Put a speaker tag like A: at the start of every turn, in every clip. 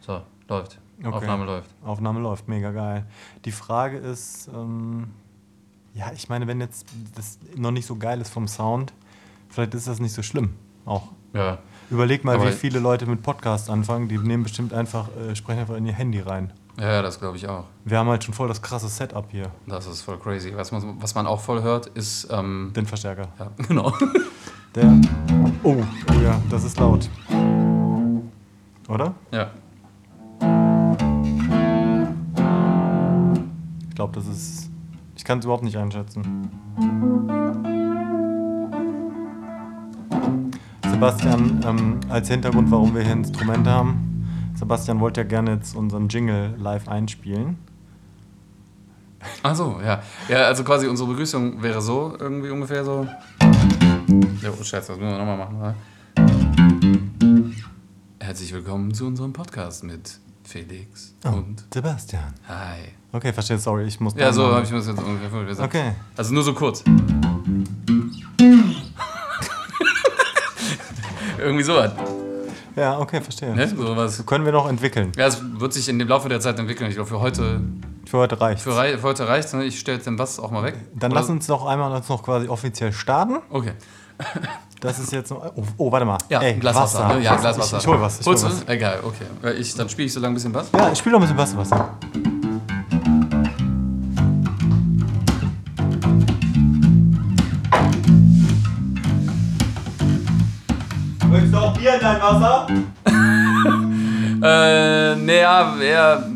A: So, läuft.
B: Okay.
A: Aufnahme läuft.
B: Aufnahme läuft, mega geil. Die Frage ist, ähm, ja, ich meine, wenn jetzt das noch nicht so geil ist vom Sound, vielleicht ist das nicht so schlimm. Auch.
A: Ja.
B: Überleg mal,
A: Aber-
B: wie viele Leute mit Podcasts anfangen, die nehmen bestimmt einfach, äh, sprechen einfach in ihr Handy rein.
A: Ja, ja, das glaube ich auch.
B: Wir haben halt schon voll das krasse Setup hier,
A: Das ist voll crazy. Was man, was man auch voll hört, ist. Ähm,
B: den Verstärker.
A: ja, genau.
B: Der. Oh, oh ja, das ist laut. Oder?
A: ja.
B: Ich glaube, das ist. Ich kann es überhaupt nicht einschätzen. Sebastian, ähm, als Hintergrund, warum wir hier Instrumente haben, Sebastian wollte ja gerne jetzt unseren Jingle live einspielen.
A: Ach so, ja. Ja, also quasi unsere Begrüßung wäre so, irgendwie ungefähr so. Ja, oh Scheiße, das müssen wir nochmal machen. Oder? Herzlich willkommen zu unserem Podcast mit Felix
B: Oh.
A: und
B: Sebastian.
A: Hi.
B: Okay, verstehe, sorry, ich muss.
A: Ja, so
B: dran
A: habe ich
B: machen.
A: mir das jetzt ungefähr vorgestellt.
B: Oh Okay.
A: Also nur so kurz. irgendwie sowas.
B: Ja, okay, verstehe.
A: Ne? So was.
B: Können wir noch entwickeln.
A: Ja, es wird sich in dem Laufe der Zeit entwickeln. Ich glaube, für heute,
B: Für heute reicht's.
A: für, rei- für heute reicht es. Ich stelle den Bass auch mal weg.
B: Dann
A: Oder-
B: lass uns noch einmal uns noch quasi offiziell starten.
A: Okay.
B: Das ist jetzt noch. Oh, oh warte mal.
A: Ja, ein Glas Wasser. ne? Ja, ein Glas Wasser.
B: Ich, ich hol was. Ich hol
A: Holst du?
B: was.
A: Egal, okay. Äh, Ich, dann spiele ich so lange ein bisschen was.
B: Ja, ich spiele doch ein bisschen Bass Wasser.
C: Möchtest du auch Bier in dein Wasser?
A: Äh, naja, wer.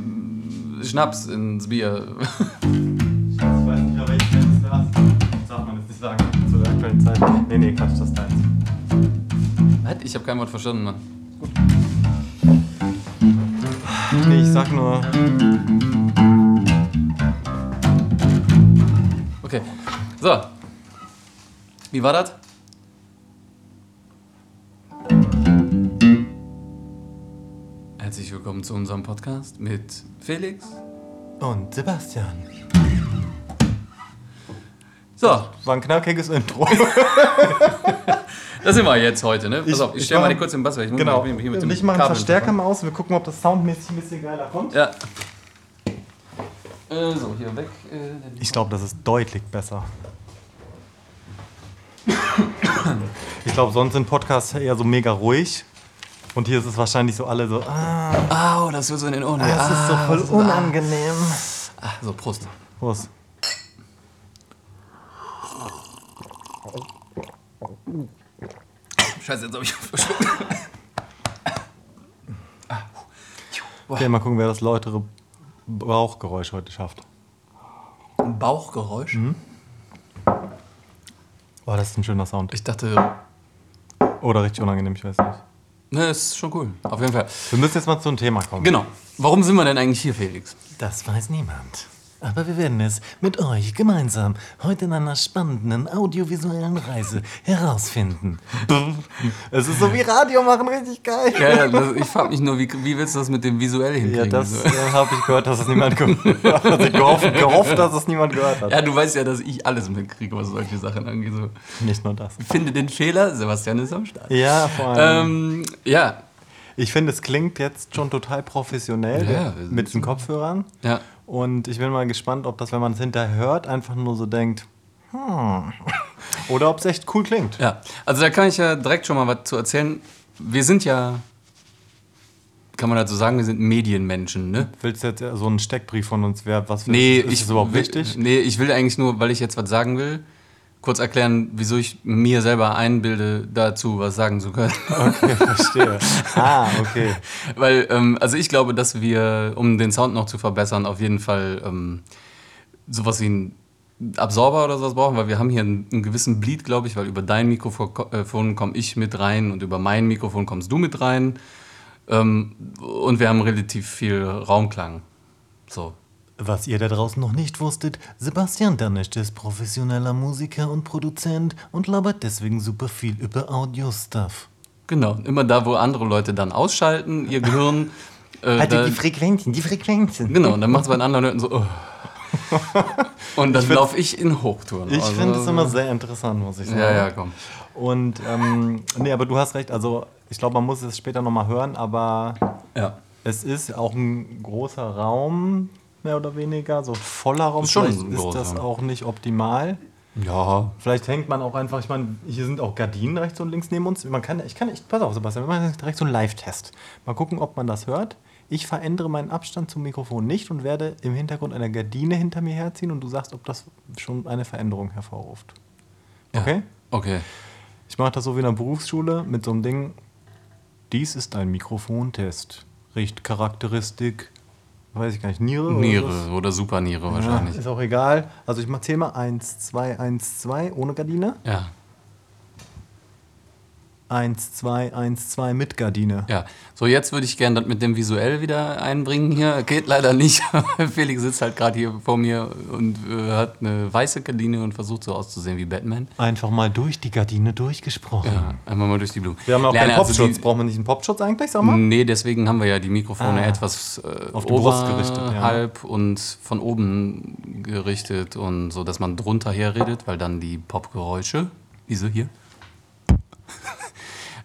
A: Schnaps ins Bier.
B: Ich weiß nicht, aber ich kenne das. Darf man jetzt nicht sagen zu der aktuellen Zeit. Nee, nee, Quatsch, das ist deins.
A: Was? Ich habe kein Wort verstanden, Mann.
B: Nee, ich sag nur.
A: Okay. So. Wie war das? Herzlich willkommen zu unserem Podcast mit Felix.
B: Und Sebastian.
A: So,
B: War ein knackiges Intro.
A: das sind wir jetzt heute, ne? Pass
B: Ich-
A: auf, ich
B: ich
A: stelle mal
B: mach-
A: den kurz den Bass weg. Ich muss
B: genau.
A: mal hier mit
B: Und
A: dem
B: ich mache einen
A: Kabel-
B: Verstärker mal aus und wir gucken, ob das soundmäßig ein bisschen geiler kommt.
A: Ja. Äh, so, hier weg. Äh,
B: Ich glaube, das ist deutlich besser. Ich glaube, sonst sind Podcasts eher so mega ruhig. Und hier ist es wahrscheinlich so alle so, ah,
A: Au, das wird so in den Ohren.
B: das ist so voll unangenehm.
A: Ah, so, Prost.
B: Prost.
A: Scheiße, jetzt habe ich verschluckt.
B: Okay, mal gucken, wer das läutere Bauchgeräusch heute schafft.
A: Ein Bauchgeräusch?
B: Mhm. Oh, das ist ein schöner Sound.
A: Ich dachte,
B: Oder richtig unangenehm, ich weiß nicht.
A: ne, ist schon cool. Auf jeden Fall.
B: Wir müssen jetzt mal zu einem Thema kommen.
A: Genau. Warum sind wir denn eigentlich hier, Felix?
B: Das weiß niemand. Aber wir werden es mit euch gemeinsam heute in einer spannenden audiovisuellen Reise herausfinden. es ist so wie Radio machen, richtig geil.
A: Ja, das, ich frage mich nur, wie, wie willst du das mit dem visuell
B: Ja,
A: hinkriegen?
B: das
A: So.
B: äh, habe ich gehört, dass es niemand gehört hat. Also gehofft, gehofft, dass es niemand gehört hat.
A: ja, du weißt ja, dass ich alles mitkriege, was solche Sachen angeht. So.
B: Nicht nur das.
A: Finde den Fehler, Sebastian ist am Start.
B: Ja, vor allem.
A: Ähm, ja,
B: ich finde, es klingt jetzt schon total professionell
A: Ja, wir sind
B: mit den Kopfhörern.
A: ja.
B: Und ich bin mal gespannt, ob das, wenn man es hinterher hört, einfach nur so denkt, hm. Oder ob es echt cool klingt.
A: Ja, also da kann ich ja direkt schon mal was zu erzählen. Wir sind ja, kann man dazu sagen, wir sind Medienmenschen, ne?
B: Willst du jetzt äh, so einen Steckbrief von uns? Wer, was für,
A: Nee,
B: ist
A: ich,
B: das überhaupt
A: will-
B: wichtig?
A: Nee, ich will eigentlich nur, weil ich jetzt was sagen will, kurz erklären, wieso ich mir selber einbilde, dazu was sagen zu können.
B: Okay, verstehe. ah, okay.
A: Weil, ähm, also ich glaube, dass wir, um den Sound noch zu verbessern, auf jeden Fall ähm, sowas wie einen Absorber oder sowas brauchen, weil wir haben hier einen, einen gewissen Bleed, glaube ich, weil über dein Mikrofon komme ich mit rein und über mein Mikrofon kommst du mit rein. Ähm, und wir haben relativ viel Raumklang. So.
B: Was ihr da draußen noch nicht wusstet, Sebastian Danisch ist professioneller Musiker und Produzent und labert deswegen super viel über Audio-Stuff.
A: Genau. Immer da, wo andere Leute dann ausschalten, ihr Gehirn. Äh, da,
B: Frequenzen, Halt die Frequenzen.
A: genau, und dann macht es bei den anderen Leuten so. Oh. Und dann laufe ich in Hochtouren.
B: Ich
A: Also-
B: finde es immer sehr interessant, muss ich sagen.
A: Ja, ja, komm.
B: Und, ähm, nee, aber du hast recht, also ich glaube, man muss es später nochmal hören, aber
A: Ja.
B: Es ist auch ein großer Raum, mehr oder weniger, so ein voller Raum.
A: Ist schon
B: Vielleicht
A: ein
B: ist
A: großer
B: das
A: Raum.
B: auch nicht optimal.
A: Ja.
B: Vielleicht hängt man auch einfach, ich meine, hier sind auch Gardinen rechts und links neben uns. Man kann, ich kann echt, pass auf, Sebastian, wir machen jetzt direkt so einen Live-Test. Mal gucken, ob man das hört. Ich verändere meinen Abstand zum Mikrofon nicht und werde im Hintergrund eine Gardine hinter mir herziehen und du sagst, ob das schon eine Veränderung hervorruft.
A: ja.
B: Okay?
A: Okay.
B: Ich mache das so wie in der Berufsschule mit so einem Ding. Dies ist ein Mikrofontest. Richtcharakteristik, weiß ich gar nicht, Niere? oder sowas?
A: Niere oder Superniere wahrscheinlich.
B: Ja, ist auch egal. Also ich mache Thema 1, 2, 1, 2 ohne Gardine.
A: Ja.
B: 1, 2, 1, 2 mit Gardine.
A: Ja, so jetzt würde ich gerne das mit dem visuell wieder einbringen hier. Geht leider nicht. Felix sitzt halt gerade hier vor mir und äh, hat eine weiße Gardine und versucht so auszusehen wie Batman.
B: Einfach mal durch die Gardine durchgesprochen.
A: Ja, einmal mal durch die Blume.
B: Wir haben auch
A: Lerne
B: keinen
A: also
B: Popschutz.
A: die-
B: Brauchen wir nicht einen Popschutz eigentlich, sag mal?
A: Nee, deswegen haben wir ja die Mikrofone
B: Ah.
A: etwas äh,
B: Auf die Brust gerichtet, ja.
A: halb und von oben gerichtet und so, dass man drunter herredet, weil dann die Popgeräusche, diese hier,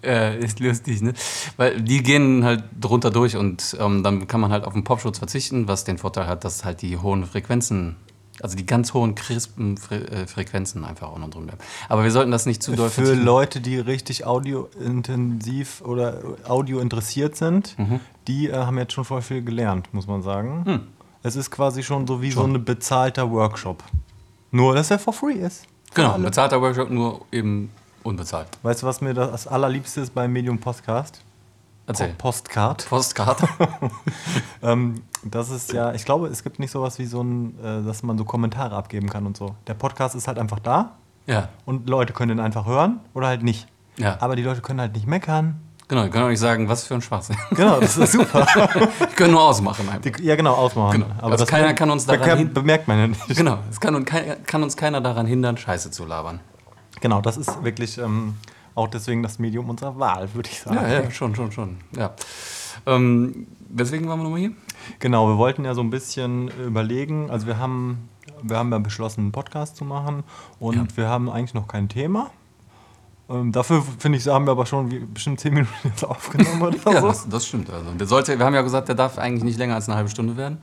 A: äh, ist lustig, ne? Weil die gehen halt drunter durch und ähm, dann kann man halt auf den Popschutz verzichten, was den Vorteil hat, dass halt die hohen Frequenzen, also die ganz hohen crispen Fre äh, Frequenzen einfach auch noch drin bleiben. Aber wir sollten das nicht zu doll
B: Für Leute, die richtig audiointensiv oder audio interessiert sind,
A: Mhm.
B: die äh, haben jetzt schon voll viel gelernt, muss man sagen.
A: Hm.
B: Es ist quasi schon so wie so ein bezahlter Workshop. Nur, dass er for free ist.
A: Genau, ein bezahlter Workshop, nur eben unbezahlt.
B: Weißt du, was mir das allerliebste ist beim Medium Podcast?
A: Erzähl.
B: Postcard.
A: Postkarte.
B: Ähm, das ist ja, ich glaube, es gibt nicht sowas wie so ein, äh, dass man so Kommentare abgeben kann und so. Der Podcast ist halt einfach da
A: ja,
B: und Leute können ihn einfach hören oder halt nicht.
A: Ja.
B: Aber die Leute können halt nicht meckern.
A: genau. Ich kann auch nicht sagen, was für ein Spaß.
B: Genau, das ist super.
A: Ich kann nur ausmachen einfach.
B: Die, ja, genau, ausmachen.
A: Genau. Also keiner kann uns daran
B: bemerkt,
A: hin-
B: bemerkt man ja nicht.
A: Genau. Es kann, und kein, kann uns keiner daran hindern, Scheiße zu labern.
B: Genau, das ist wirklich ähm, auch deswegen das Medium unserer Wahl, würde ich sagen.
A: Ja, ja, schon, schon, schon. Ja. Ähm, weswegen waren wir nochmal hier?
B: Genau, wir wollten ja so ein bisschen überlegen. Also wir haben, wir haben ja beschlossen, einen Podcast zu machen und
A: Ja.
B: wir haben eigentlich noch kein Thema. Ähm, dafür finde ich, haben wir aber schon wie, bestimmt zehn Minuten jetzt aufgenommen oder
A: Ja,
B: so.
A: das, das stimmt. Also. Der sollte, wir haben ja gesagt, der darf eigentlich nicht länger als eine halbe Stunde werden.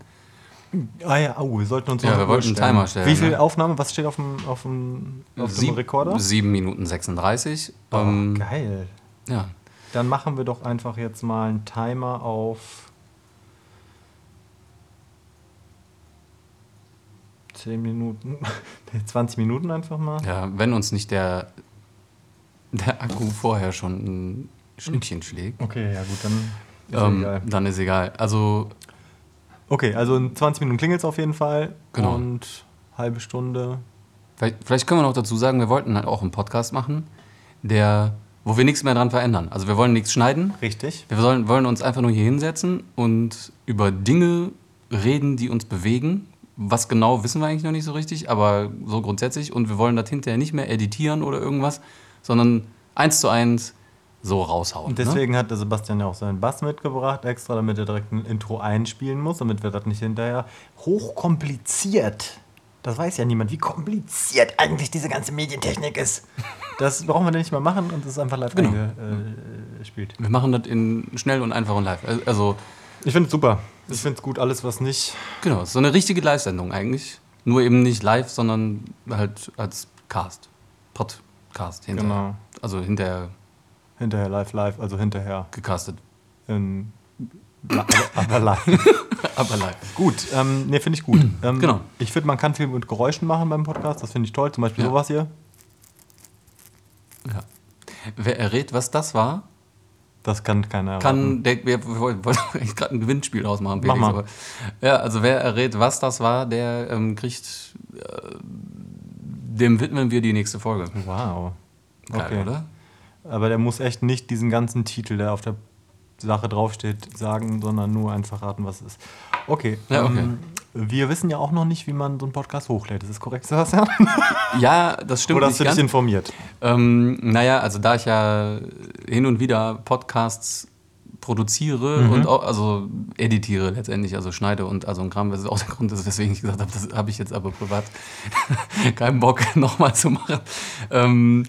B: Ah ja, au, wir sollten uns
A: Ja,
B: noch
A: wir
B: eine
A: wollten
B: Uhr
A: einen Timer stellen,
B: Wie viel
A: ne?
B: Aufnahme? Was steht auf dem, auf dem, auf dem
A: Sieb-
B: Rekorder?
A: 7 Minuten 36.
B: Oh,
A: ähm,
B: geil.
A: ja.
B: Dann machen wir doch einfach jetzt mal einen Timer auf 10 Minuten, 20 Minuten einfach mal.
A: ja, wenn uns nicht der, der Akku vorher schon ein Schnittchen schlägt,
B: Okay, ja gut, dann ist ja
A: ähm,
B: egal.
A: dann ist egal. Also
B: Okay, also in 20 Minuten klingelt es auf jeden Fall.
A: Genau.
B: Und halbe Stunde.
A: Vielleicht, vielleicht können wir noch dazu sagen, wir wollten halt auch einen Podcast machen, der, wo wir nichts mehr dran verändern. Also wir wollen nichts schneiden.
B: Richtig.
A: Wir sollen, wollen uns einfach nur hier hinsetzen und über Dinge reden, die uns bewegen. Was genau wissen wir eigentlich noch nicht so richtig, aber so grundsätzlich. Und wir wollen das hinterher nicht mehr editieren oder irgendwas, sondern eins zu eins so raushauen. ne?
B: Und deswegen hat der Sebastian ja auch seinen Bass mitgebracht, extra, damit er direkt ein Intro einspielen muss, damit wir das nicht hinterher. Hochkompliziert. Das weiß ja niemand, wie kompliziert eigentlich diese ganze Medientechnik ist. Das brauchen wir nicht mal machen und es ist einfach live
A: Genau.
B: eingespielt.
A: ne? Wir machen das in schnell und einfach und live. Also- Also,
B: Ich finde es super. Ich finde es gut, alles, was nicht.
A: genau, so eine richtige Live-Sendung eigentlich. Nur eben nicht live, sondern halt als Cast. Podcast hinterher.
B: Genau.
A: Also hinterher
B: Hinterher live, live, also hinterher.
A: gecastet.
B: In, aber live.
A: Aber live.
B: Gut, ähm, ne, finde ich gut. Ähm,
A: Genau.
B: Ich finde, man kann viel mit Geräuschen machen beim Podcast, das finde ich toll. Zum Beispiel
A: Ja.
B: sowas hier.
A: Ja. Wer errät, was das war,
B: Das kann keiner
A: kann.
B: erraten.
A: Der, wir wollten eigentlich gerade ein Gewinnspiel ausmachen.
B: Mach mal.
A: ja, also wer errät, was das war, der ähm, kriegt. Äh, dem widmen wir die nächste Folge.
B: Wow.
A: Geil, oder?
B: Aber der muss echt nicht diesen ganzen Titel, der auf der Sache draufsteht, sagen, sondern nur einfach raten, was es ist. Okay.
A: Ja, okay.
B: Ähm, wir wissen ja auch noch nicht, wie man so einen Podcast hochlädt. Ist das korrekt, Sebastian?
A: Ja, das stimmt.
B: Oder hast
A: nicht
B: du dich
A: ganz.
B: informiert?
A: Ähm, naja, also da ich ja hin und wieder Podcasts produziere und auch, also editiere letztendlich, also schneide und also ein Kram, das ist auch der Grund, dass- weswegen ich gesagt habe, das habe ich jetzt aber privat keinen Bock nochmal zu machen. Ähm,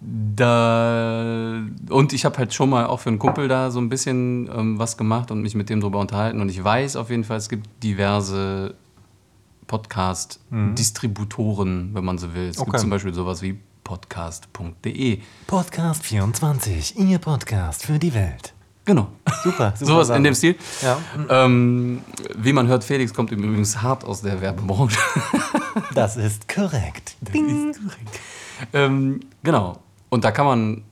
A: da und ich habe halt schon mal auch für einen Kumpel da so ein bisschen ähm, was gemacht und mich mit dem drüber unterhalten. Und ich weiß auf jeden Fall, es gibt diverse Podcast-Distributoren, wenn man so will. Es
B: Mhm. Okay.
A: gibt zum Beispiel sowas wie podcast.de.
B: Podcast 24, Ihr Podcast für die Welt.
A: Genau.
B: Super, super.
A: Sowas in dem Stil.
B: Ja.
A: Ähm, wie man hört, Felix kommt übrigens hart aus der Werbebranche.
B: Das ist korrekt. Ding.
A: ähm, genau. Und da kann man,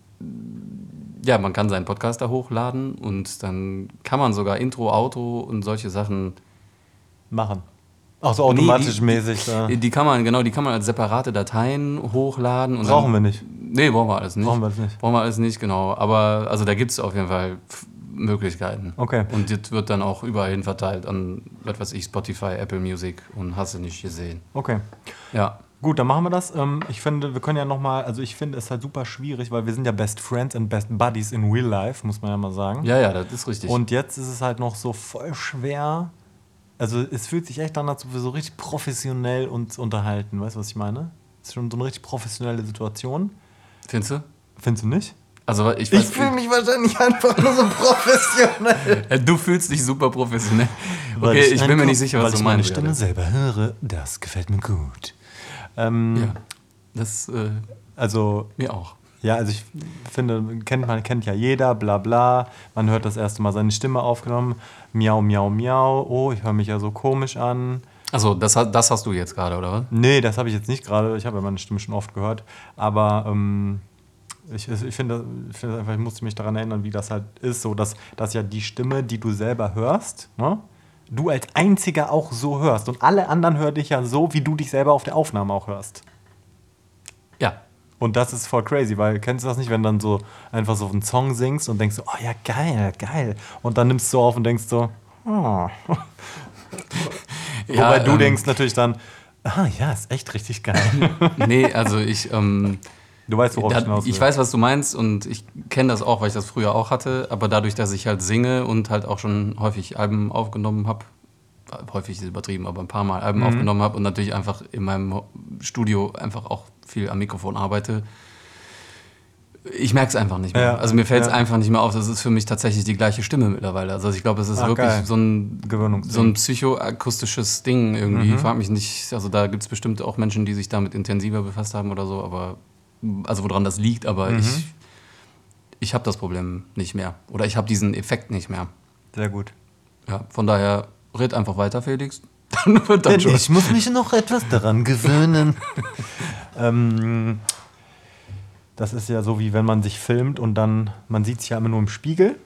A: ja, man kann seinen Podcast da hochladen und dann kann man sogar Intro, Auto und solche Sachen,
B: Machen. Auch so automatisch mäßig. äh, Ja.
A: die kann man, genau, die kann man als separate Dateien hochladen. Und
B: Brauchen wir
A: dann,
B: nicht.
A: Nee, brauchen wir alles nicht.
B: Brauchen wir alles nicht.
A: Brauchen wir alles nicht, genau. Aber also da gibt es auf jeden Fall F- Möglichkeiten.
B: Okay.
A: Und das wird dann auch überall hin verteilt an, was weiß ich, Spotify, Apple Music und hast du nicht gesehen.
B: Okay.
A: Ja.
B: Gut, dann machen wir das. Ähm, ich finde, wir können ja nochmal, also ich finde es halt super schwierig, weil wir sind ja Best Friends and Best Buddies in Real Life, muss man ja mal sagen.
A: Ja, ja, das ist richtig.
B: Und jetzt ist es halt noch so voll schwer. Also es fühlt sich echt an, als ob wir so richtig professionell uns unterhalten. Weißt du, was ich meine? ist schon so eine richtig professionelle Situation.
A: Findest du?
B: Findest du nicht?
A: Also ich weiß,
B: mich wahrscheinlich einfach nur so professionell.
A: Äh, Du fühlst dich super professionell. Okay, ich, bin mir nicht sicher, was
B: weil
A: du
B: ich meine
A: meinst.
B: Stimme selber höre. Das gefällt mir gut.
A: Jared.
B: Ähm,
A: Ja, das äh,
B: Also
A: mir auch.
B: Ja, also ich finde, kennt, man kennt ja jeder, bla bla. Man hört das erste Mal seine Stimme aufgenommen. Miau, miau, miau. Oh, ich höre mich ja so komisch an.
A: Also das, ha- das hast du jetzt gerade, oder was?
B: Nee, das habe ich jetzt nicht gerade. Ich habe ja meine Stimme schon oft gehört. Aber ähm, ich, ich finde ich finde einfach, ich musste mich daran erinnern, wie das halt ist. So, dass, dass ja die Stimme, die du selber hörst, ne, du als einziger auch so hörst. Und alle anderen hören dich ja so, wie du dich selber auf der Aufnahme auch hörst.
A: Ja.
B: Und das ist voll crazy, weil kennst du das nicht, wenn dann so einfach so einen Song singst und denkst so, oh ja, geil, geil. Und dann nimmst du auf und denkst so, oh.
A: ja
B: Wobei du
A: ähm,
B: denkst natürlich dann, ah ja, ist echt richtig geil.
A: Nee, also ich, ähm,
B: Du weißt, worauf ich
A: da,
B: hinaus will.
A: ich weiß, was du meinst und ich kenne das auch, weil ich das früher auch hatte. Aber dadurch, dass ich halt singe und halt auch schon häufig Alben aufgenommen habe, häufig ist übertrieben, aber ein paar Mal
B: Mhm.
A: Alben aufgenommen habe und natürlich einfach in meinem Ho- Studio einfach auch viel am Mikrofon arbeite, ich merke es einfach nicht mehr.
B: Ja,
A: also mir fällt es
B: ja.
A: einfach nicht mehr auf. Das ist für mich tatsächlich die gleiche Stimme mittlerweile. Also ich glaube, es ist
B: Ah,
A: wirklich
B: geil.
A: so ein
B: Gewöhnungsding.
A: so ein psychoakustisches Ding irgendwie. Ich frag mich nicht, also da gibt es bestimmt auch Menschen, die sich damit intensiver befasst haben oder so, aber also woran das liegt, aber ich, ich habe das Problem nicht mehr. Oder ich habe diesen Effekt nicht mehr.
B: Sehr gut.
A: Ja, von daher, red einfach weiter, Felix. Dann wird dann schon.
B: muss mich noch etwas daran gewöhnen. ähm, das ist ja so, wie wenn man sich filmt und dann, man sieht sich ja immer nur im Spiegel.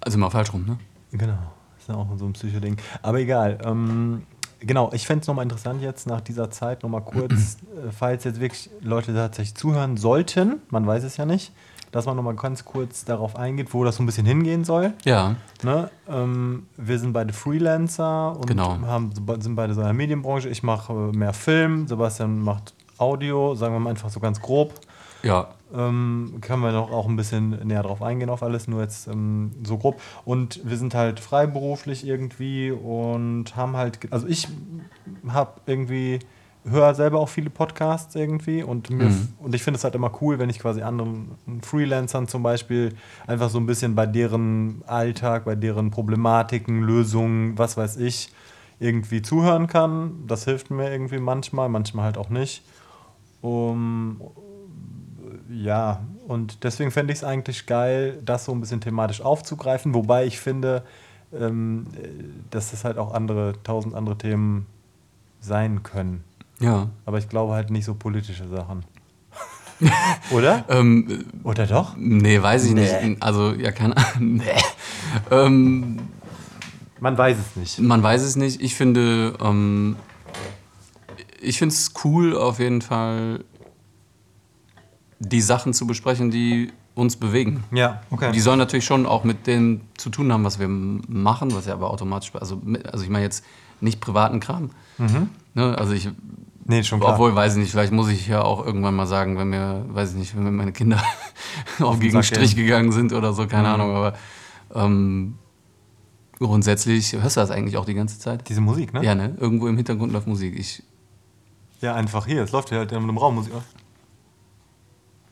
A: Also immer falsch rum, ne?
B: Genau, ist ja auch so ein Psycho-Ding. Aber egal. Ähm, genau, ich fände es nochmal interessant jetzt nach dieser Zeit nochmal kurz, äh, falls jetzt wirklich Leute tatsächlich zuhören sollten, man weiß es ja nicht, dass man nochmal ganz kurz darauf eingeht, wo das so ein bisschen hingehen soll.
A: Ja.
B: Ne? Ähm, wir sind beide Freelancer und
A: Genau.
B: haben, sind beide so in der Medienbranche. Ich mache äh, mehr Film, Sebastian macht Audio, sagen wir mal einfach so ganz grob.
A: Ja.
B: Ähm, können wir noch auch ein bisschen näher drauf eingehen auf alles, nur jetzt ähm, so grob. Und wir sind halt freiberuflich irgendwie und haben halt, ge- also ich habe irgendwie, höre selber auch viele Podcasts irgendwie und, mir, f- und ich finde es halt immer cool, wenn ich quasi anderen Freelancern zum Beispiel einfach so ein bisschen bei deren Alltag, bei deren Problematiken, Lösungen, was weiß ich, irgendwie zuhören kann. Das hilft mir irgendwie manchmal, manchmal halt auch nicht. Um, ja, und deswegen fände ich es eigentlich geil, das so ein bisschen thematisch aufzugreifen, wobei ich finde, ähm, äh, dass es halt auch andere, tausend andere Themen sein können.
A: Ja.
B: Aber ich glaube halt nicht so politische Sachen. Oder?
A: Ähm,
B: Oder doch?
A: nee, weiß ich
B: Nee.
A: nicht. Also, ja, keine Ahnung. Nee. Ähm,
B: Man weiß es nicht.
A: Man weiß es nicht. Ich finde, ähm, ich finde es cool, auf jeden Fall die Sachen zu besprechen, die uns bewegen.
B: Ja, okay.
A: Die sollen natürlich schon auch mit dem zu tun haben, was wir m- machen, was ja aber automatisch, also, mit- also ich meine jetzt nicht privaten Kram. Ne? Also ich,
B: Nee, schon klar.
A: obwohl, weiß ich nicht, vielleicht muss ich ja auch irgendwann mal sagen, wenn mir, weiß ich nicht, wenn mir meine Kinder auf gegen den
B: Sack Mhm.
A: Strich gegangen sind oder so, keine Ahnung, aber ähm, grundsätzlich hörst du das eigentlich auch die ganze Zeit?
B: Diese Musik, ne?
A: Ja, ne? Irgendwo im Hintergrund läuft Musik. Ich,
B: Ja, einfach hier. Es läuft hier halt in einem Raum Musik.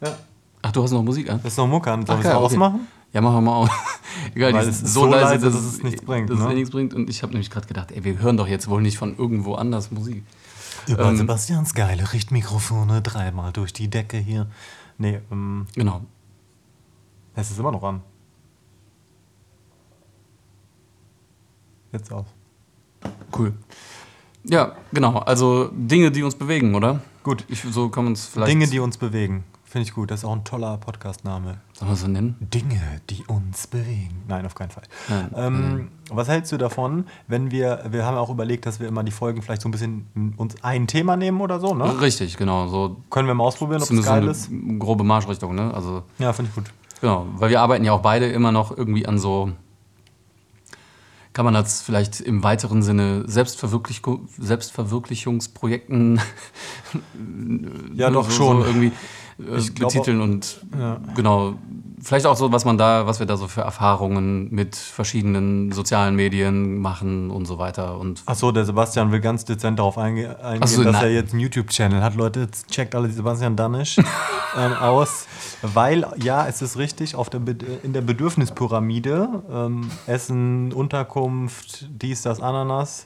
B: Ja.
A: Ach, du hast noch Musik an?
B: Das ist noch Muckern. Sollen wir es
A: geil, okay.
B: ausmachen?
A: Ja, machen wir mal aus. Egal,
B: Weil
A: die
B: es
A: ist
B: ist
A: so leise, dass,
B: es nichts bringt,
A: Dass
B: ne?
A: es nichts bringt. Und ich habe nämlich gerade gedacht, ey, wir hören doch jetzt wohl nicht von irgendwo anders Musik.
B: Über
A: Ähm.
B: Sebastians geile Richtmikrofone dreimal durch die Decke hier. Nee, ähm,
A: Genau.
B: es ist immer noch an. Jetzt auf.
A: Cool. Ja, genau. Also Dinge, die uns bewegen, oder?
B: Gut.
A: Ich, so kann man es vielleicht
B: Dinge, die uns bewegen. Finde ich gut. Das ist auch ein toller Podcast-Name.
A: soll man so nennen.
B: Dinge, die uns bewegen. Nein, auf keinen Fall.
A: Nein.
B: Ähm, was hältst du davon, wenn wir, wir haben auch überlegt, dass wir immer die Folgen vielleicht so ein bisschen m, uns ein Thema nehmen oder so, ne?
A: Richtig, genau. So
B: Können wir mal ausprobieren, ob das
A: zumindest so
B: geil
A: eine
B: ist?
A: grobe Marschrichtung, ne? Also
B: Ja, finde ich gut.
A: genau, weil wir arbeiten ja auch beide immer noch irgendwie an so kann man das vielleicht im weiteren Sinne Selbstverwirklich Selbstverwirklichungsprojekten
B: Ja,
A: ne,
B: doch
A: so,
B: schon.
A: so irgendwie äh,
B: Ich glaube-
A: betiteln und
B: Ja.
A: genau vielleicht auch so was man da was wir da so für Erfahrungen mit verschiedenen sozialen Medien machen und so weiter und
B: Achso, der Sebastian will ganz dezent darauf einge eingehen,
A: Ach so,
B: dass
A: na-
B: er jetzt einen YouTube-Channel hat. Leute, jetzt checkt alle Sebastian Danisch ähm, aus, weil, ja, es ist richtig, auf der Be in der Bedürfnispyramide, ähm, Essen, Unterkunft, dies, das, Ananas,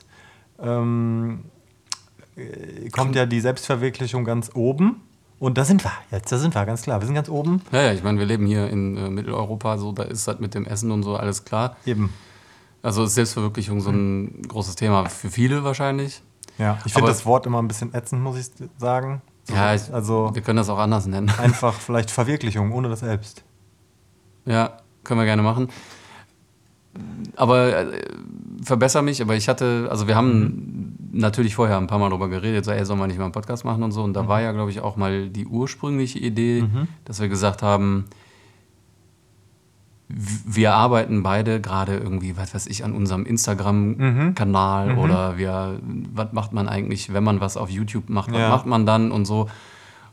B: ähm, äh, kommt ja die Selbstverwirklichung ganz oben. Und da sind wir, jetzt, da sind wir, ganz klar. Wir sind ganz oben.
A: ja ja ich meine wir leben hier in äh, Mitteleuropa so da ist halt mit dem Essen und so alles klar
B: Eben.
A: also ist Selbstverwirklichung so ein großes Thema für viele wahrscheinlich
B: Ja. Ich finde
A: Aber-
B: das Wort immer ein bisschen ätzend, muss ich sagen.
A: Ja, ich,
B: also
A: wir können das auch anders nennen.
B: einfach vielleicht Verwirklichung ohne das Selbst.
A: Ja, können wir gerne machen. Aber äh, verbessere mich, aber ich hatte, also wir haben natürlich vorher ein paar Mal drüber geredet, so, ey, soll man nicht mal einen Podcast machen und so. Und da war ja, glaube ich, auch mal die ursprüngliche Idee, dass wir gesagt haben, w- wir arbeiten beide gerade irgendwie, was weiß ich, an unserem Instagram-Kanal oder wir, was macht man eigentlich, wenn man was auf YouTube macht, was
B: Ja.
A: macht man dann und so.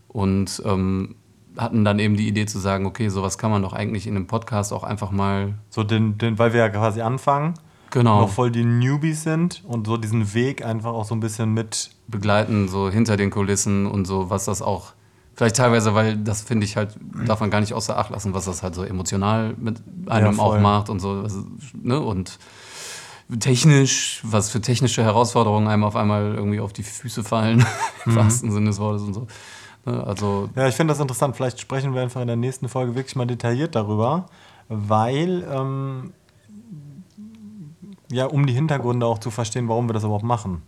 A: Und ähm, hatten dann eben die Idee zu sagen, okay, sowas kann man doch eigentlich in einem Podcast auch einfach mal,
B: So den, den, weil wir ja quasi anfangen,
A: genau,
B: noch voll die Newbies sind und so diesen Weg einfach auch so ein bisschen mit.
A: begleiten, so hinter den Kulissen und so, was das auch, vielleicht teilweise, weil das finde ich halt, darf man gar nicht außer Acht lassen, was das halt so emotional mit einem
B: Ja, voll.
A: auch macht und so, also, ne, und technisch, was für technische Herausforderungen einem auf einmal irgendwie auf die Füße fallen,
B: Mhm.
A: im wahrsten Sinne des Wortes und so. Ne, also,
B: Ja, ich finde das interessant. Vielleicht sprechen wir einfach in der nächsten Folge wirklich mal detailliert darüber, weil, ähm, ja, um die Hintergründe auch zu verstehen, warum wir das überhaupt machen.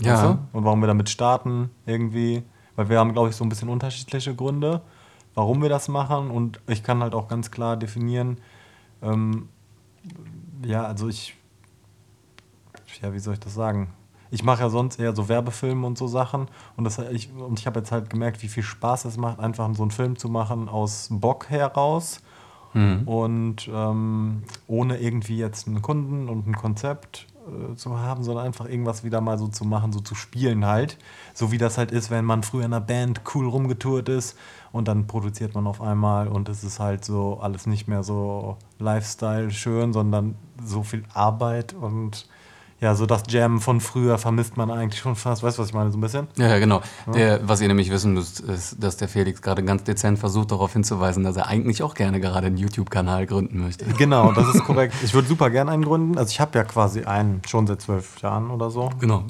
B: Weißt
A: ja,
B: du? Und warum wir damit starten irgendwie. Weil wir haben, glaube ich, so ein bisschen unterschiedliche Gründe, warum wir das machen. Und ich kann halt auch ganz klar definieren, ähm, ja, also ich, ja, wie soll ich das sagen? Ich mache ja sonst eher so Werbefilme und so Sachen. Und, das, ich, und ich habe jetzt halt gemerkt, wie viel Spaß es macht, einfach so einen Film zu machen aus Bock heraus. Und ähm, ohne irgendwie jetzt einen Kunden und ein Konzept äh, zu haben, sondern einfach irgendwas wieder mal so zu machen, so zu spielen halt. So wie das halt ist, wenn man früher in einer Band cool rumgetourt ist und dann produziert man auf einmal und es ist halt so alles nicht mehr so Lifestyle schön, sondern so viel Arbeit und ja, so das Jam von früher vermisst man eigentlich schon fast. Weißt du, was ich meine? So ein bisschen.
A: Ja, ja, genau. Der, was ihr nämlich wissen müsst, ist, dass der Felix gerade ganz dezent versucht, darauf hinzuweisen, dass er eigentlich auch gerne gerade einen YouTube-Kanal gründen möchte.
B: Genau, das ist korrekt. Ich würde super gern einen gründen. Also ich habe ja quasi einen schon seit zwölf Jahren oder so.
A: Genau.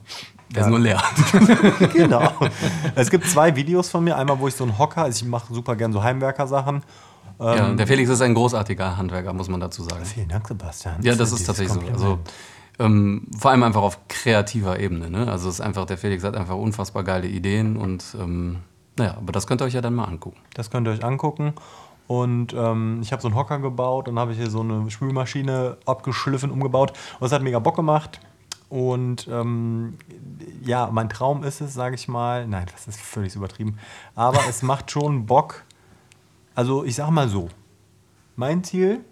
A: Der
B: Ja.
A: ist nur leer.
B: Genau. Es gibt zwei Videos von mir. Einmal, wo ich so einen Hocker, also ich mache super gern so Heimwerker-Sachen. Ähm,
A: ja, der Felix ist ein großartiger Handwerker, muss man dazu sagen.
B: Vielen Dank, Sebastian.
A: Ja,
B: für
A: das
B: dieses
A: ist tatsächlich so. Also,
B: Kompliment.
A: ähm, vor allem einfach auf kreativer Ebene. Ne? Also es ist einfach, der Felix hat einfach unfassbar geile Ideen und ähm, naja, aber das könnt ihr euch ja dann mal angucken.
B: Das könnt ihr euch angucken. Und ähm, ich habe so einen Hocker gebaut und habe ich hier so eine Spülmaschine abgeschliffen, umgebaut. Und es hat mega Bock gemacht. Und ähm, ja, mein Traum ist es, sage ich mal. Nein, das ist völlig übertrieben. Aber es macht schon Bock. Also ich sage mal so. Mein Ziel.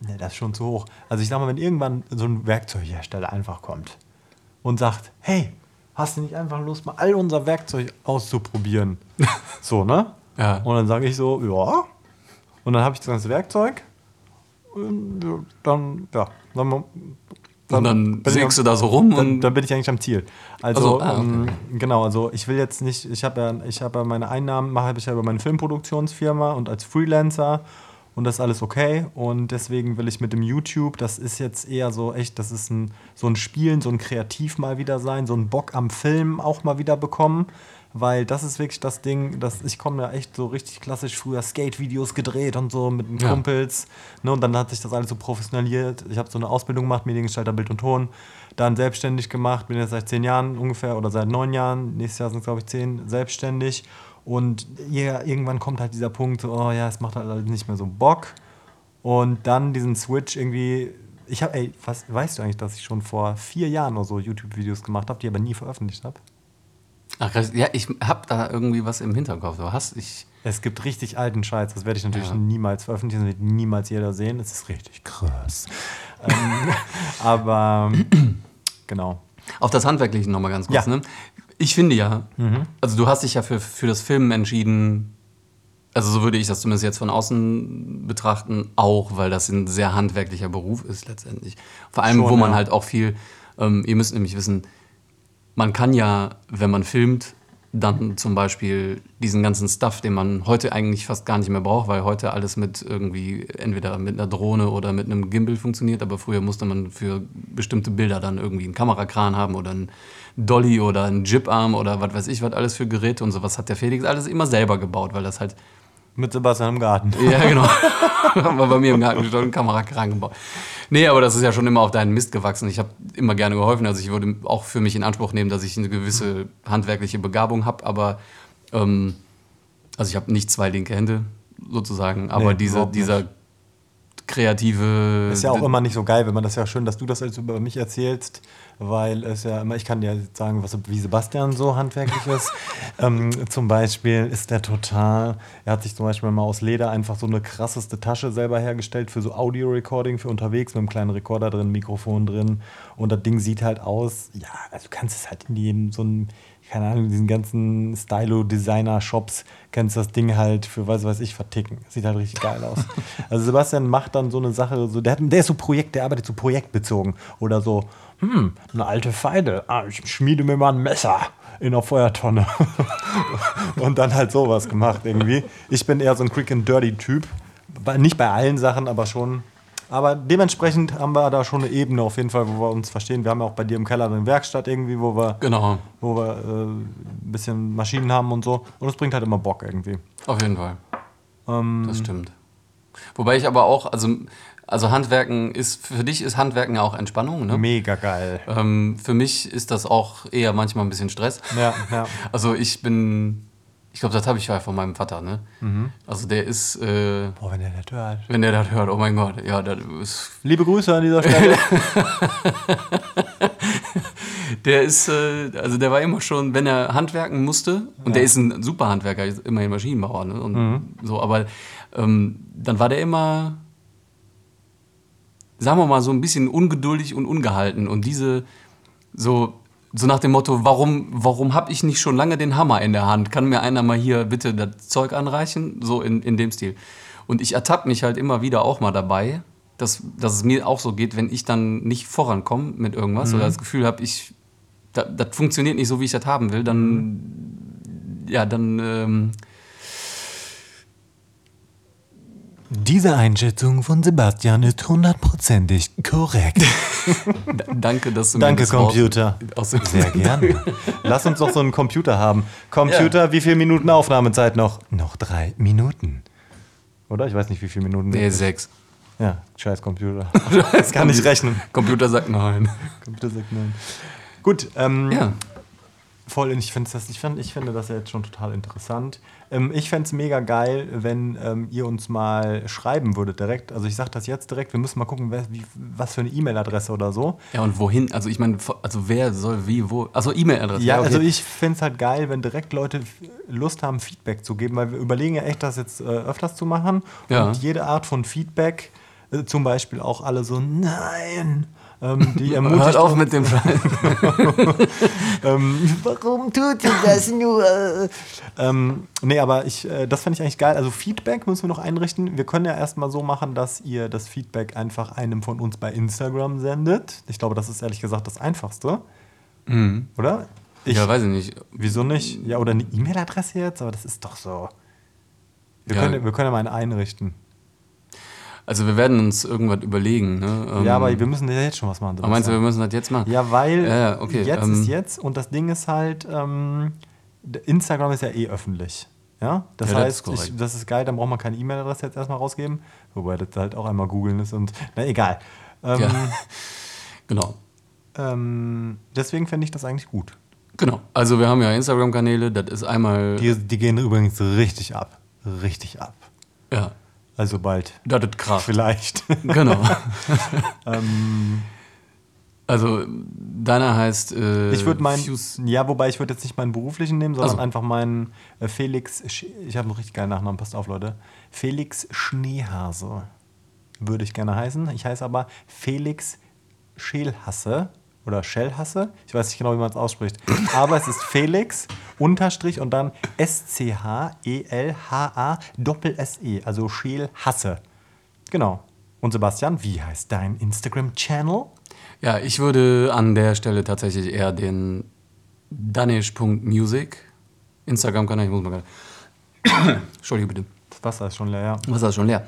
B: Ne, das ist schon zu hoch. Also ich sag mal, wenn irgendwann so ein Werkzeughersteller einfach kommt und sagt, hey, hast du nicht einfach Lust, mal all unser Werkzeug auszuprobieren? so, ne?
A: Ja.
B: Und dann sage ich so, ja. Und dann habe ich das ganze Werkzeug. Und, ja, Dann, ja, dann
A: Und dann
B: bin ich
A: sägst du
B: am-
A: da so rum
B: Dann,
A: und
B: dann bin ich eigentlich am Ziel.
A: Ach so,
B: Also,
A: ah, okay.
B: ähm, genau, also ich will jetzt nicht, ich habe ja, ich habe ja meine Einnahmen, mache ich ja über meine Filmproduktionsfirma und als Freelancer und das ist alles okay. Und deswegen will ich mit dem YouTube, das ist jetzt eher so echt, das ist ein, so ein Spielen, so ein Kreativ mal wieder sein, so ein Bock am Film auch mal wieder bekommen. Weil das ist wirklich das Ding, dass ich komme ja echt so richtig klassisch früher Skate-Videos gedreht und so mit den
A: Ja.
B: Kumpel. Kumpels. Ne? Und dann hat sich das alles so professionalisiert. Ich habe so eine Ausbildung gemacht, Mediengestalter Bild und Ton. Dann selbstständig gemacht, bin jetzt seit zehn Jahren ungefähr oder seit neun Jahren. Nächstes Jahr sind es, glaube ich, zehn, selbstständig. Und ja, irgendwann kommt halt dieser Punkt, so, oh ja, es macht halt alles nicht mehr so Bock. Und dann diesen Switch irgendwie. Ich habe, ey, was, weißt du eigentlich, dass ich schon vor vier Jahren oder so YouTube-Videos gemacht habe, die aber nie veröffentlicht habe?
A: Ach, krass. ja, ich hab da irgendwie was im Hinterkopf. Du hast ich
B: Es gibt richtig alten Scheiß, das werde ich natürlich
A: Ja.
B: niemals veröffentlichen, das wird niemals jeder sehen. Es ist richtig krass. ähm, aber genau.
A: auf das handwerkliche noch mal ganz kurz,
B: Ja.
A: ne? Ich finde ja, also du hast dich ja für, für das Filmen entschieden. Also so würde ich das zumindest jetzt von außen betrachten, auch weil das ein sehr handwerklicher Beruf ist letztendlich. Vor allem,
B: Schon,
A: wo man
B: ja.
A: halt auch viel, ähm, ihr müsst nämlich wissen, man kann ja, wenn man filmt, dann zum Beispiel diesen ganzen Stuff, den man heute eigentlich fast gar nicht mehr braucht, weil heute alles mit irgendwie entweder mit einer Drohne oder mit einem Gimbal funktioniert, aber früher musste man für bestimmte Bilder dann irgendwie einen Kamerakran haben oder einen Dolly oder einen Jiparm oder was weiß ich, was alles für Geräte und sowas hat der Felix alles immer selber gebaut, weil das halt
B: Mit Sebastian im Garten.
A: ja, genau. Haben wir bei mir im Garten gestanden, Kamerakran gebaut. Nee, aber das ist ja schon immer auf deinen Mist gewachsen. Ich habe immer gerne geholfen. Also ich würde auch für mich in Anspruch nehmen, dass ich eine gewisse handwerkliche Begabung habe, aber ähm, also ich habe nicht zwei linke Hände sozusagen, aber
B: Nee,
A: diese,
B: überhaupt nicht.
A: dieser kreative
B: Ist ja auch immer nicht so geil, wenn man das ja schön, dass du das jetzt über mich erzählst, weil es ja immer, ich kann dir jetzt sagen, was, wie Sebastian so handwerklich ist. ähm, zum Beispiel ist der total, er hat sich zum Beispiel mal aus Leder einfach so eine krasseste Tasche selber hergestellt für so Audio-Recording für unterwegs mit einem kleinen Rekorder drin, Mikrofon drin und das Ding sieht halt aus, ja, also du kannst es halt in jedem so einem keine Ahnung, diesen ganzen Stylo-Designer-Shops kannst du das Ding halt für was weiß ich verticken. Sieht halt richtig geil aus. Also Sebastian macht dann so eine Sache, so, der, hat, der ist so Projekt, der arbeitet so projektbezogen. Oder so, hm, eine alte Feile, ah, ich schmiede mir mal ein Messer in der Feuertonne. Und dann halt sowas gemacht irgendwie. Ich bin eher so ein quick and dirty Typ. Bei- Nicht bei allen Sachen, aber schon. Aber dementsprechend haben wir da schon eine Ebene auf jeden Fall, wo wir uns verstehen. Wir haben ja auch bei dir im Keller eine Werkstatt irgendwie, wo wir
A: Genau,
B: wo wir äh, ein bisschen Maschinen haben und so. Und es bringt halt immer Bock irgendwie.
A: auf jeden Fall.
B: Ähm,
A: Das stimmt. Wobei ich aber auch, also, also Handwerken ist, für dich ist Handwerken ja auch Entspannung, ne?
B: Mega geil.
A: Ähm, für mich ist das auch eher manchmal ein bisschen Stress.
B: Ja, ja.
A: Also ich bin, ich glaube, das habe ich ja von meinem Vater, ne? Also der ist, äh,
B: Boah, wenn der das hört.
A: wenn der das hört, oh mein Gott, ja, das ist,
B: Liebe Grüße an dieser Stelle.
A: der ist, äh, also der war immer schon, wenn er handwerken musste, und der ist ein super Handwerker, ist immerhin Maschinenbauer, ne? Und so, aber ähm, dann war der immer, sagen wir mal, so ein bisschen ungeduldig und ungehalten. Und diese, so, so nach dem Motto, warum, warum habe ich nicht schon lange den Hammer in der Hand? Kann mir einer mal hier bitte das Zeug anreichen? So in, in dem Stil. Und ich ertappe mich halt immer wieder auch mal dabei, dass, dass es mir auch so geht, wenn ich dann nicht vorankomme mit irgendwas
B: Mhm.
A: oder das Gefühl habe, ich, das, das funktioniert nicht so, wie ich das haben will, dann,
B: Mhm.
A: ja, dann, ähm,
B: Diese Einschätzung von Sebastian ist hundertprozentig korrekt.
A: d- danke, dass du
B: Danke,
A: mir das Wort
B: Computer.
A: Aus
B: Sehr gerne. Lass uns doch so einen Computer haben. Computer, wie viele Minuten Aufnahmezeit noch? Noch drei Minuten. Oder? Ich weiß nicht, wie viele Minuten.
A: Nee, sechs.
B: Ja, scheiß Computer. Das kann nicht rechnen.
A: Computer sagt nein.
B: Computer sagt nein. Gut, ähm,
A: Ja.
B: Voll, und ich, find's das, ich, find, ich finde das ja jetzt schon total interessant. Ähm, ich fände es mega geil, wenn ähm, ihr uns mal schreiben würdet direkt. Also ich sage das jetzt direkt, wir müssen mal gucken, wer, wie, was für eine E-Mail-Adresse oder so.
A: Ja, und wohin? Also ich meine, also wer soll wie, wo? Also E-Mail-Adresse.
B: Ja,
A: okay.
B: also ich finde es halt geil, wenn direkt Leute f- Lust haben, Feedback zu geben, weil wir überlegen ja echt, das jetzt äh, öfters zu machen.
A: Ja.
B: Und jede Art von Feedback äh, zum Beispiel auch alle so, nein, ähm, die ermutigt
A: Hört auf
B: uns-
A: mit dem Scheiß.
B: ähm, warum tut ihr das nur? ähm, nee, aber ich, äh, das fand ich eigentlich geil. Also Feedback müssen wir noch einrichten. Wir können ja erstmal so machen, dass ihr das Feedback einfach einem von uns bei Instagram sendet. Ich glaube, das ist ehrlich gesagt das Einfachste. Oder? Ich,
A: Mhm. Ja, weiß ich nicht.
B: wieso nicht? Ja, oder eine E-Mail-Adresse jetzt? Aber das ist doch so. Wir,
A: Ja.
B: können, wir können ja mal eine einrichten.
A: Also wir werden uns irgendwas überlegen. Ne? Ähm,
B: ja, aber wir müssen ja jetzt schon was machen.
A: aber meinst du, wir
B: Sebastian.
A: müssen das jetzt machen?
B: Ja, weil
A: Ja, ja, okay,
B: jetzt
A: ähm.
B: ist jetzt und das Ding ist halt, ähm, d- Instagram ist ja eh öffentlich. Ja, das
A: Ja, das ist
B: heißt, das ist, ich,
A: korrekt.
B: das ist geil, dann braucht man keine E-Mail-Adresse jetzt erstmal rausgeben. Wobei das halt auch einmal googeln ist und, na egal. Ähm,
A: Ja. Genau.
B: ähm, deswegen fände ich das eigentlich gut.
A: Genau. Also wir haben ja Instagram-Kanäle, das ist einmal.
B: Die, die gehen übrigens richtig ab. Richtig ab.
A: ja,
B: Also bald.
A: das ist krass.
B: Vielleicht.
A: Genau.
B: ähm,
A: Also deiner heißt. Äh,
B: Ich würde meinen,
A: Fuse-
B: ja, wobei ich würde jetzt nicht meinen beruflichen nehmen, sondern
A: Also.
B: einfach meinen äh, Felix, Sch ich habe einen richtig geilen Nachnamen, passt auf, Leute. Felix Schneehase würde ich gerne heißen. Ich heiße aber Felix Schelhasse oder Schellhasse. Ich weiß nicht genau, wie man es ausspricht. Aber es ist Felix Unterstrich und dann E S-C-H-E-L-H-A Doppel-S-E, also Schelhasse. Genau. Und Sebastian, wie heißt dein Instagram-Channel?
A: Ja, ich würde an der Stelle tatsächlich eher den danish.music Instagram-Kanal, ich muss mal gerade. Entschuldige bitte.
B: Das Wasser ist schon leer, ja.
A: Was ist schon leer?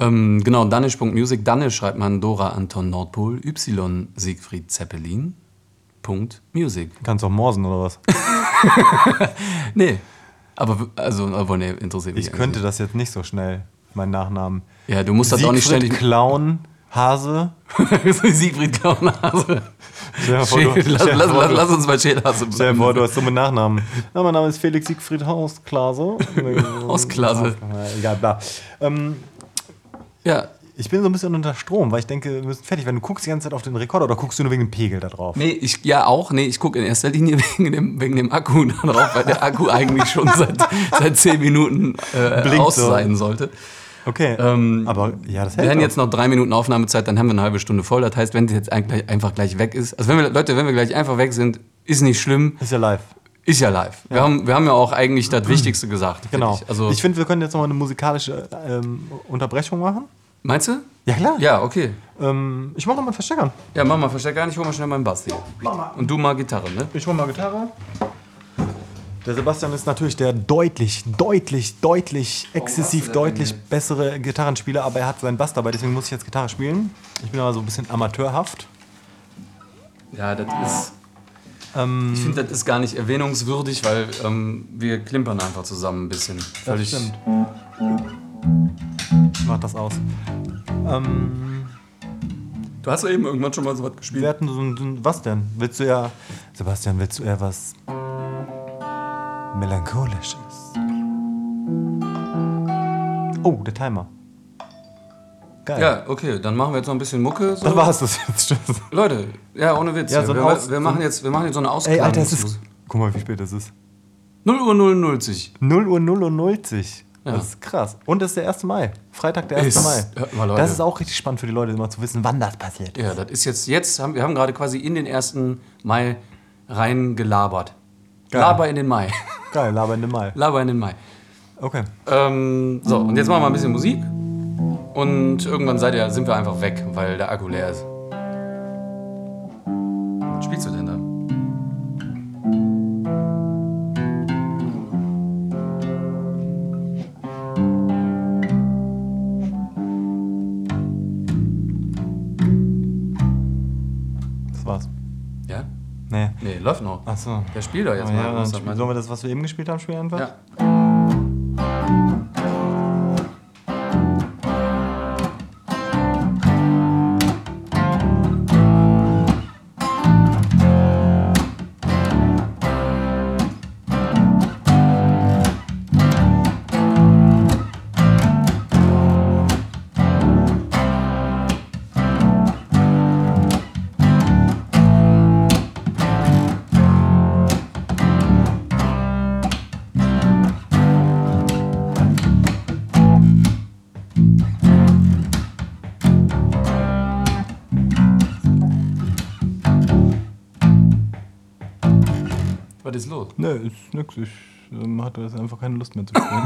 A: Ähm, genau, danish.music. Danish schreibt man Dora Anton Nordpol, Y Siegfried Zeppelin. Punkt Music.
B: Kannst auch morsen oder was?
A: Nee. Aber, w- also, aber nee, interessiert mich
B: Ich
A: eigentlich
B: könnte das jetzt nicht so schnell, meinen Nachnamen.
A: nicht. also Ja, du musst das auch nicht
B: Siegfried
A: ständig.
B: Clown, Hase.
A: Siegfried Klaunhase.
B: Stell dir vor, du-
A: Lass,
B: stell dir
A: lass,
B: vor,
A: lass,
B: du-
A: lass uns bei Schädelhase
B: Stell dir
A: bleiben.
B: vor, du hast so einen Nachnamen. Na, mein Name ist Felix Siegfried Hausklase.
A: Hausklase.
B: Ja, Egal, bla. Ähm,
A: Ja,
B: ich bin so ein bisschen unter Strom, weil ich denke, wir müssen fertig werden. Du guckst die ganze Zeit auf den Rekorder oder guckst du nur wegen dem Pegel da drauf?
A: Nee, ich, ja auch. Nee, ich gucke in erster Linie wegen dem, wegen dem Akku da drauf, weil der Akku eigentlich schon seit, seit 10 Minuten äh,
B: Blinkt
A: aus
B: so.
A: sein sollte.
B: Okay,
A: Ähm,
B: aber ja, genau. das
A: Wir
B: hält
A: haben
B: doch.
A: jetzt noch drei Minuten Aufnahmezeit, dann haben wir eine halbe Stunde voll. Das heißt, wenn es jetzt eigentlich einfach gleich weg ist, also wenn wir, Leute, wenn wir gleich einfach weg sind, ist nicht schlimm,
B: Ist ja live.
A: ist ja live. Wir, haben, wir haben ja auch eigentlich das Wichtigste gesagt. find
B: Mhm. Genau.
A: Ich. Also,
B: ich finde, wir können jetzt noch mal eine musikalische ähm, Unterbrechung machen.
A: meinst du?
B: Ja, klar.
A: Ja, okay.
B: Ähm, ich mache nochmal einen Versteckern.
A: Ja, mach mal Verstärker an, ich hol mal schnell meinen Bass hier. Und du mal Gitarre, ne?
B: Ich hole mal Gitarre. Der Sebastian ist natürlich der deutlich, deutlich, deutlich, exzessiv
A: hast du denn
B: deutlich bessere Gitarrenspieler, aber er hat seinen Bass dabei, deswegen muss ich jetzt Gitarre spielen. Ich bin aber so ein bisschen amateurhaft.
A: Ja, das ist.
B: Ähm,
A: Ich finde, das ist gar nicht erwähnungswürdig, weil ähm, wir klimpern einfach zusammen ein bisschen. Völlig.
B: Also Ich mach das aus. Ähm,
A: Du hast ja eben irgendwann schon mal so was gespielt.
B: wir hatten so ein, so ein. Was denn? Willst du eher. Sebastian, willst du eher was Melancholisches? Oh, der Timer. Geil.
A: Ja, okay, dann machen wir jetzt noch ein bisschen Mucke. So.
B: Dann war es das jetzt. Tschüss.
A: Leute, ja, ohne Witz.
B: Ja, so ein
A: wir,
B: Aus-
A: wir, machen jetzt, wir machen jetzt so eine
B: Ey,
A: Ausklang.
B: Alter, es ist. Guck mal, wie spät es ist.
A: 0 Uhr 00.
B: 0 Uhr 0.90 Uhr.
A: Ja.
B: Das ist krass. Und es ist der 1. Mai. Freitag, der 1.
A: Ist-
B: Mai.
A: Hört mal, Leute.
B: das ist auch richtig spannend für die Leute, immer zu wissen, wann das passiert.
A: Ja, das ist jetzt, jetzt haben wir haben gerade quasi in den 1. Mai reingelabert.
B: Geil.
A: Laber in den Mai.
B: Geil, labernde Mai.
A: Laber in den Mai.
B: Okay.
A: Ähm, so, und jetzt machen wir ein bisschen Musik. Und irgendwann seid ihr, sind wir einfach weg, weil der Akku leer ist. Was spielst du denn da?
B: Das war's.
A: Ja?
B: Nee.
A: Nee, läuft noch.
B: Achso.
A: Der spielt doch jetzt
B: Ja,
A: mal.
B: dann
A: Was soll man-
B: spiel- sollen wir das, was wir eben gespielt haben, spielen einfach?
A: ja. Was ist los?
B: Nö, ist nix. Ich ähm, hatte jetzt einfach keine Lust mehr zu spielen.